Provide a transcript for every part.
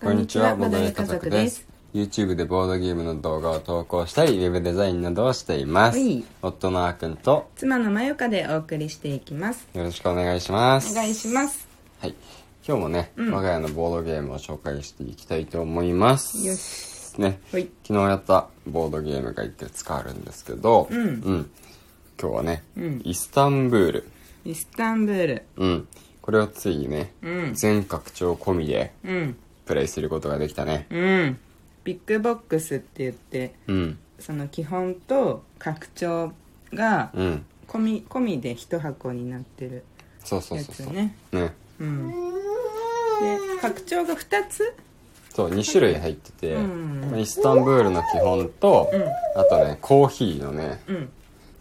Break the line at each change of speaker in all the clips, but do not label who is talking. こんにちは、ボードゲー家族です。。
YouTube でボードゲームの動画を投稿したり、ウェブデザインなどをしています
はい。
夫のあーくんと、
妻のまゆかでお送りしていきます。
よろしくお願いします。
お願いします。
はい。今日もね、我が家のボードゲームを紹介していきたいと思います。
よ
ね、
はい
昨日やったボードゲームがいくつかあるんですけど、うん。今日はね、イスタンブール。
イスタンブール。
うん。これをついにね、全拡張込みで、
うん。
プレイすることができたね。
うん。ビッグボックスって言って、
うん。
その基本と拡張が、
うん。
込み、込みで一箱になってる。
そうそうそうそう。
や
ね。
で、拡張が2つ
そう2種類入ってて、
ん
イスタンブールの基本と、あとねコーヒーのね、
ん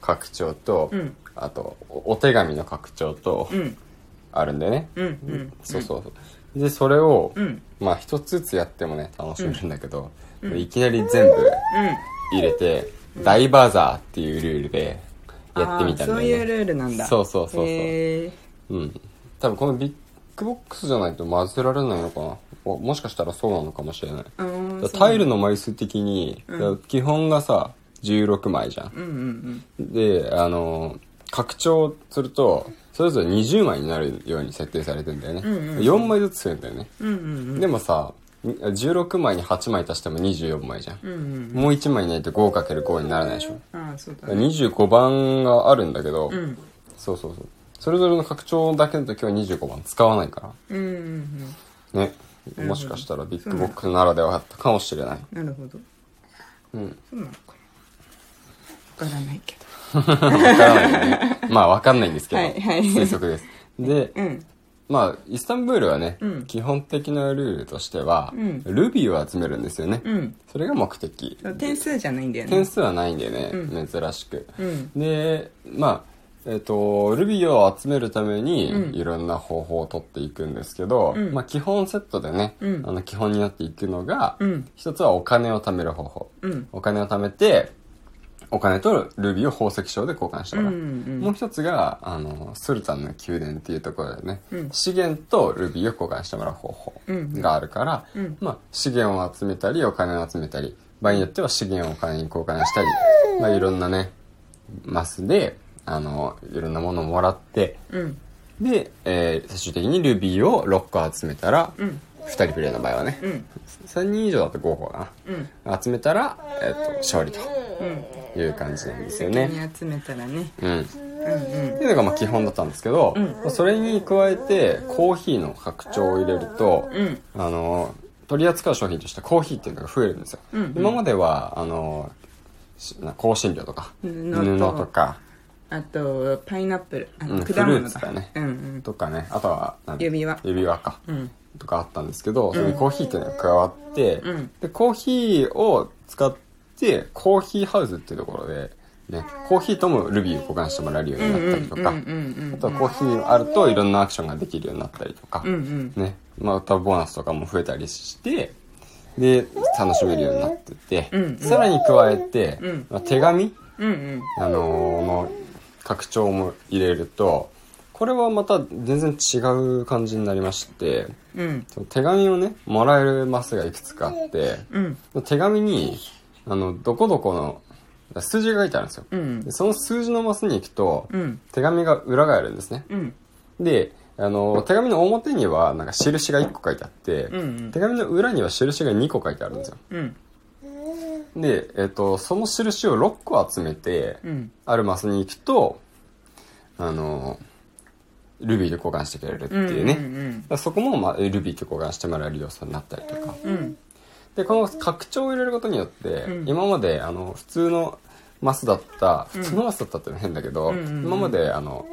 拡張と、
うん
あとおお手紙の拡張と、
ん
あるんでね、
うん、うん。
そうそうそうでそれを、
ん
まあ一つずつやってもね楽しめるんだけど、いきなり全部入れて、ダイバーザーっていうルールでやってみた
あー
んだよね
そういうルールなんだ。
そうそうそうそう
へー
うん。多分このビッグボックスじゃないと混ぜられないのかな。おもしかしたらそうなのかもしれない。
あー
だ
そ
か
う
らタイルの枚数的に、だから基本がさ、16枚じゃん。
うんうん
で、あのー、拡張すると、それぞれ20枚になるように設定されてんだよね。4枚ずつするんだよね。
うん。うんうん
でもさ、16枚に8枚足しても24枚じゃん。もう1枚ないと 5×5 にならないでしょ。
うん。ああ、そうだね。
25番があるんだけど、そうそうそうそれぞれの拡張だけの時は25番使わないか
うんうんうん。
らねもしかしたらビッグボックスならではだったかもしれない
なるほど。
うん
そうなのかな。わからないけど。
分からないよねまあ分かんないんですけど、
はいはい
推測ですで、
ん
まあイスタンブールはね、基本的なルールとしては、ルビーを集めるんですよね、
ん
それが目的
そう点数じゃないんだよね。
点数はないんでね、珍しく、
ん
でまあえっ、とルビーを集めるためにいろんな方法を取っていくんですけど、まあ、基本セットでね、あの基本になっていくのが、
ん
一つはお金を貯める方法、
うん
お金を貯めてお金とルビーを宝石商で交換したから、
うんうん
もう一つがあのスルタンの宮殿っていうところでね、資源とルビーを交換してもらう方法があるから、まあ、資源を集めたりお金を集めたり場合によっては資源をお金に交換したり、まあ、いろんなねマスであのいろんなものをもらって、
うん。
で、えー最終的にルビーを6個集めたら、
ん
2人プレイの場合はね、
ん
3人以上だと5個かな、集めたら、えーと勝利という感じなんですよね。
に集めたらね。
うんっていうのがまあ基本だったんですけど、それに加えてコーヒーの拡張を入れると、あの取り扱う商品としてコーヒーっていうのが増えるんですよ、今まではあのしな香辛料とか
布と
布とか
あと、パイナップル。あの
うん
果
フル
物
ーツだね
うんうん。
とかねあとはなんだ
指輪
指輪か、とかあったんですけど、それにコーヒーっていうのが加わって、でコーヒーを使ってコーヒーハウスっていうところで、ね、コーヒーともルビーを交換してもらえるようになったりとか、あとはコーヒーあるといろんなアクションができるようになったりとか、ねまあ、歌ボーナスとかも増えたりしてで楽しめるようになってて、さらに加えて、まあ手紙
うんうん。
あのーの拡張も入れるとこれはまた全然違う感じになりまして
うん。
その手紙をねもらえるマスがいくつかあって、
うん。
手紙にあのどこどこの数字が書いてあるんですよ、
うん
でその数字のマスに行くと、
うん
手紙が裏返るんですね、
うん。
であの手紙の表にはなんか印が1個書いてあって、
んうん
手紙の裏には印が2個書いてあるんですよ
うん。
で、えっとその印を6個集めて、
うん。
アルマスに行くとあのルビーで交換してくれるっていうね、
うんうんうん
だからそこも、まあ、ルビーと交換してもらえる要素になったりとか、
ん
でこの拡張を入れることによって、今まであの普通のマスだった普通のマスだったっていうのは変だけど、今まであの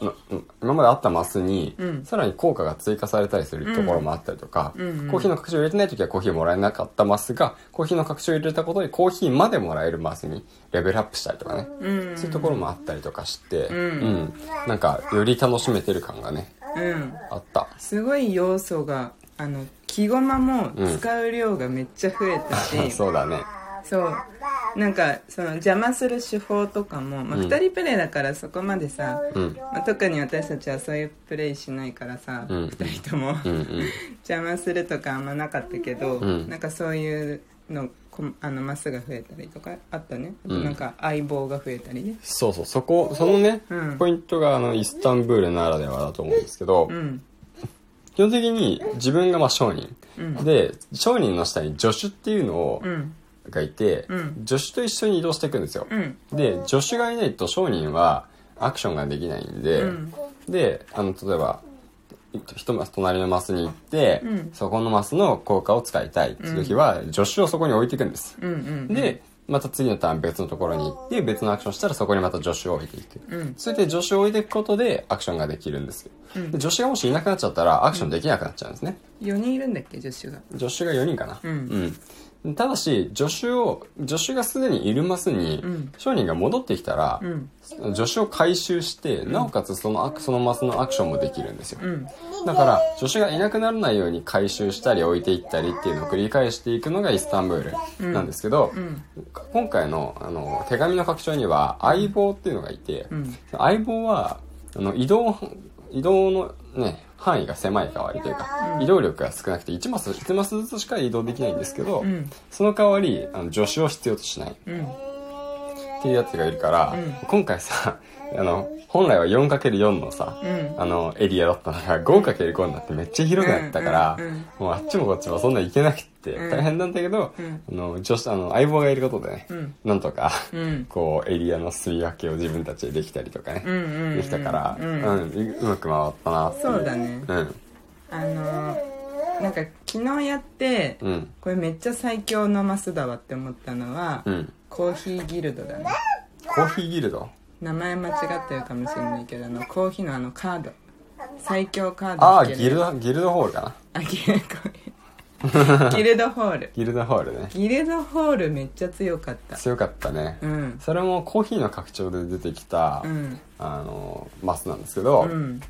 のの今まであったマスに、さらに効果が追加されたりするところもあったりとか、コーヒーの拡張を入れてない時はコーヒーもらえなかったマスがコーヒーの拡張を入れたことでコーヒーまでもらえるマスにレベルアップしたりとかね、そういうところもあったりとかして、うんなんかより楽しめてる感がね
うん。
あった
すごい要素が、あ の、木駒も使う量がめっちゃ増えたし、
そうだね
そう。なんかその邪魔する手法とかも、まあ、
うん
2人プレイだからそこまでさ、
うん
まあ、特に私たちはそういうプレイしないからさ、
うん
2人とも、
うんうん
邪魔するとかあんまなかったけど、
うん
なんかそういうのこあのマスが増えたりとかあったねあと
うん
なんか相棒が増えたりね
そうそうそこそのね、
うん
ポイントがあのイスタンブールならではだと思うんですけど、
うん
基本的に自分がまあ商人、
うん
で商人の下に助手っていうのを、
うん
がいて、
うん
助手と一緒に移動していくんですよ、
うん
で助手がいないと商人はアクションができないんで、
うん
であの例えば一マス隣のマスに行って、
うん
そこのマスの効果を使いたいっていう時は、助手をそこに置いていくんです、
うんうん
でまた次のターン別のところに行って別のアクションしたらそこにまた助手を置いていく、
うん
それで助手を置いていくことでアクションができるんですよ、で助手がもしいなくなっちゃったらアクションできなくなっちゃうんですね、
4人いるんだっけ女子が
助手が4人かな、
ん
うんただし助手を助手がすでにいるマスに、
ん
商人が戻ってきたら、
ん
助手を回収して、なおかつそのアクそのマスのアクションもできるんですよ、
ん
だから助手がいなくならないように回収したり置いていったりっていうのを繰り返していくのがイスタンブールなんですけど、今回のあの手紙の拡張には相棒っていうのがいて、相棒はあの移動移動のね範囲が狭い代わりというか、移動力が少なくて1マス1マスずつしか移動できないんですけど、
ん
その代わりあの助手を必要としない、
うん
っていうやつがいるから、今回さあの本来は 4×4 のさ、
ん
あのエリアだったのが 5×5 になってめっちゃ広くなったから、
うんうんうん
もうあっちもこっちもそんな行けなくって
うん
大変なんだけど、
ん
あの女子あの相棒がいることでね、
ん
なんとか、
ん
こうエリアのすみ分けを自分たちでできたりとかね、
んうんうん
できたから、
う
うんんうまく回ったなってい
そうだね
うん
あのーなんか昨日やって、
うん
これめっちゃ最強のマスだわって思ったのは、
うん
コーヒーギルドだね
コーヒーギルド
名前間違ってるかもしれないけどあのコーヒーのあのカード最強カード
ああ
引ける
ギルドギルドホールかな
あギルドギルドホール
ギルドホールね
ギルドホールめっちゃ強かった
強かったね、
うん
それもコーヒーの拡張で出てきた、
うん
あのマスなんですけど、
うん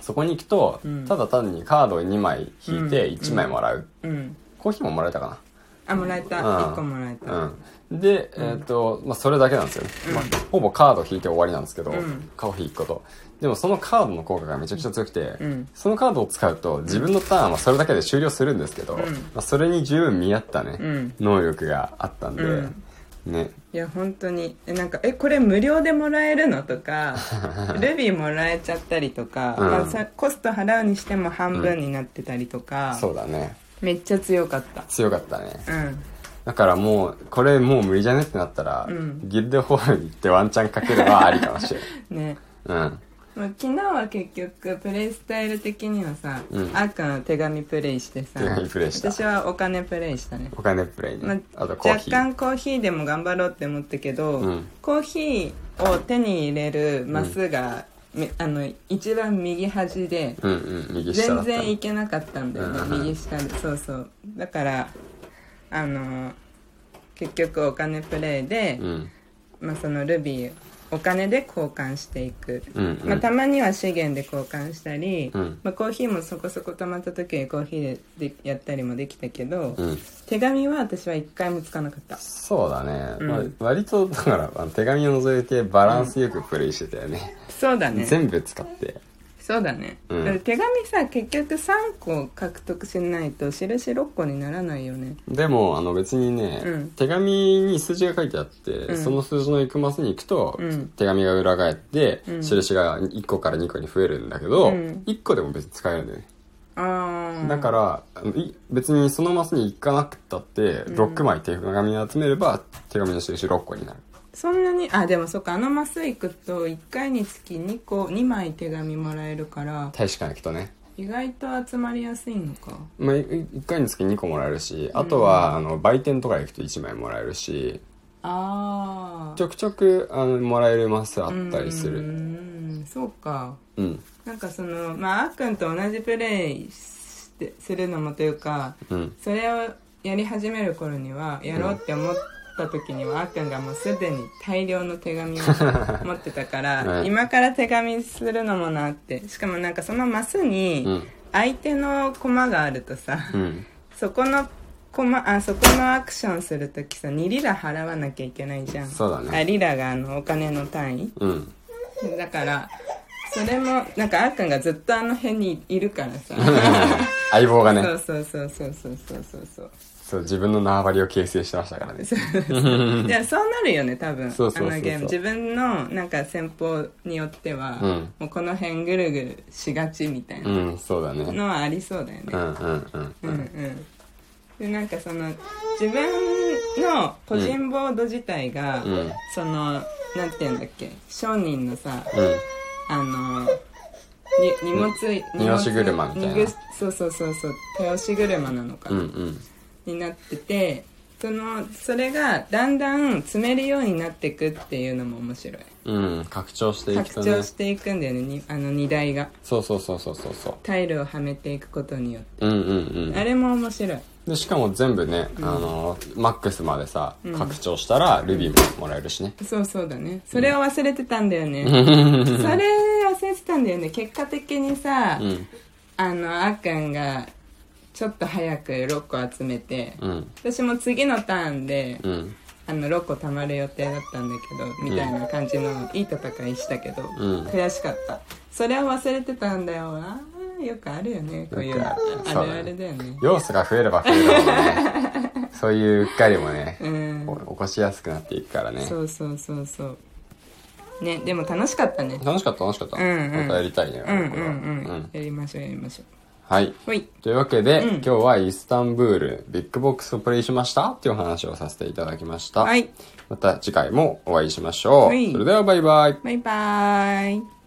そこに行くと、
ん
ただ単にカードを2枚引いて1枚もらう、
うん
コーヒーももらえたか
あもらえた
うん
1個もらえた
な、うん、で、えっとまあ、それだけなんですよね、まあ、ほぼカード引いて終わりなんですけど、
ん
コーヒー1個とでもそのカードの効果がめちゃくちゃ強くて、
ん
そのカードを使うと自分のターンはそれだけで終了するんですけど、まあ、それに十分見合ったね、
ん
能力があったんで、
うん
ね
いや本当にえなんか「えこれ無料でもらえるの?」と か「ルビーもらえちゃったり」とか、
うん
まあさ、コスト払うにしても半分になってたりとか、
そうだね
めっちゃ強かった
強かったね
うん
だからもうこれもう無理じゃねってなったら、ギルドホールに行ってワンチャンかければありかもしれ
ね
ないうん
まあ昨日は結局プレイスタイル的にはさ、
うん
あっくんは手紙プレイしてさ
手紙プレイした
私はお金プレイしたね、
お金プレイに、
まあ、
あとコー
若
ヒー
干コーヒーでも頑張ろうって思ったけど、
うん
コーヒーを手に入れるマスが、みあの一番右端で
うんうん右下だ
全
ったね
然いけなかったんだよね、
うんうん
右下でそうそうだからあの結局お金プレイで、
うん
まあ、そのルビーお金で交換していく、
うんうん
まあ、たまには資源で交換したり、
うん
まあ、コーヒーもそこそこ溜まった時にコーヒーででやったりもできたけど、
うん
手紙は私は一回もつかなかった
そうだね、
うん
まあ割とだからあの手紙を除いてバランスよくプレイしてたよね、
そうだね
全部使って
そうだね、
うん
だから手紙さ結局3個獲得しないと印6個にならないよね
でもあの別にね、
うん
手紙に数字が書いてあって、
ん
その数字の行くマスに行くと、
うん
手紙が裏返って、
うん
印が1個から2個に増えるんだけど、
うん
1個でも別に使えるんだよね
ああ
だからあのい別にそのマスに行かなくたって6枚手紙を集めれば手紙の印6個になる
そんなにあでもそっかあのマス行くと1回につき2個2枚手紙もらえるから
大使館行くとね、
意外と集まりやすいのか
まあ、1回につき2個もらえるしあとはあの売店とか行くと1枚もらえるし
ああ
ちょくちょくあのもらえるマスあったりす
う
る
んそうか
うん
なんかそのまああっくんと同じプレイしてするのもというか
うん
それをやり始める頃にはやろうって思った時には、あっくんがもうすでに大量の手 紙を持ってたから、
はい
今から手紙するのもなってしかもなんかそのマスに
うん
相手の駒があるとさ、
うん
そこのこまあそこのアクションするときさ2リラ払わなきゃいけないじゃん
そうだね
あリラがあのお金の単位
うん
だからそれもなんかあっくんがずっとあの辺にいるからさ
相棒がね
そうそうそうそうそうそうそう そう
そう自分の縄張りを形成してましたからね
じゃあそうなるよね多分
そうそうそう
あ
そう
のゲーム自分のなんか戦法によっては、
うん
もうこの辺ぐるぐるしがちみたいな
うんそうだね
のはありそうだよ
う
ね、
んうんうん
うん、うんでなんかその自分の個人ボード自体が、
うんうん
そのなんていうんだっけ商人のさあのに荷物荷
荷押し車みたいな
荷ぐそうそうそうそう手押し車なのか
う
な、
んうん
になっててそのそれがだんだん積めるようになっていくっていうのも面白い
うん拡張していくと
拡
ね
張していくんだよねにあの荷台が
そうそうそうそうそうそう
タイルをはめていくことによって、
うんうん
あれも面白い
うんでしかも全部ね、あのマックスまでさ拡張したらルビーももらえるしね、
そうそうだねそれを忘れてたんだよね、それ忘れてたんだよね結果的にさ、
うん
あのあっくんがちょっと早く6個集めて、
うん
私も次のターンで、
うん
あの6個貯まる予定だったんだけどみたいな感じのいい戦いしたけど、
うん
悔しかったそれを忘れてたんだよなよくあるよねこういう
よく
あ
ある
るあるだよね
要素が増えれば増えるほど ねそういううっかりもね、
うん
こう起こしやすくなっていくからね
そうそうそうそうねでも楽しかったね
楽しかった楽しかった、
うんうん
またやりたいね、
うんうん
これは
うん、やりましょうやりましょ
はい
ほい
というわけで、今日はイスタンブールビッグボックスをプレイしましたっていうお話をさせていただきました、
はい
また次回もお会いしましょう、
はい
それではバイバイ
うバイバーイ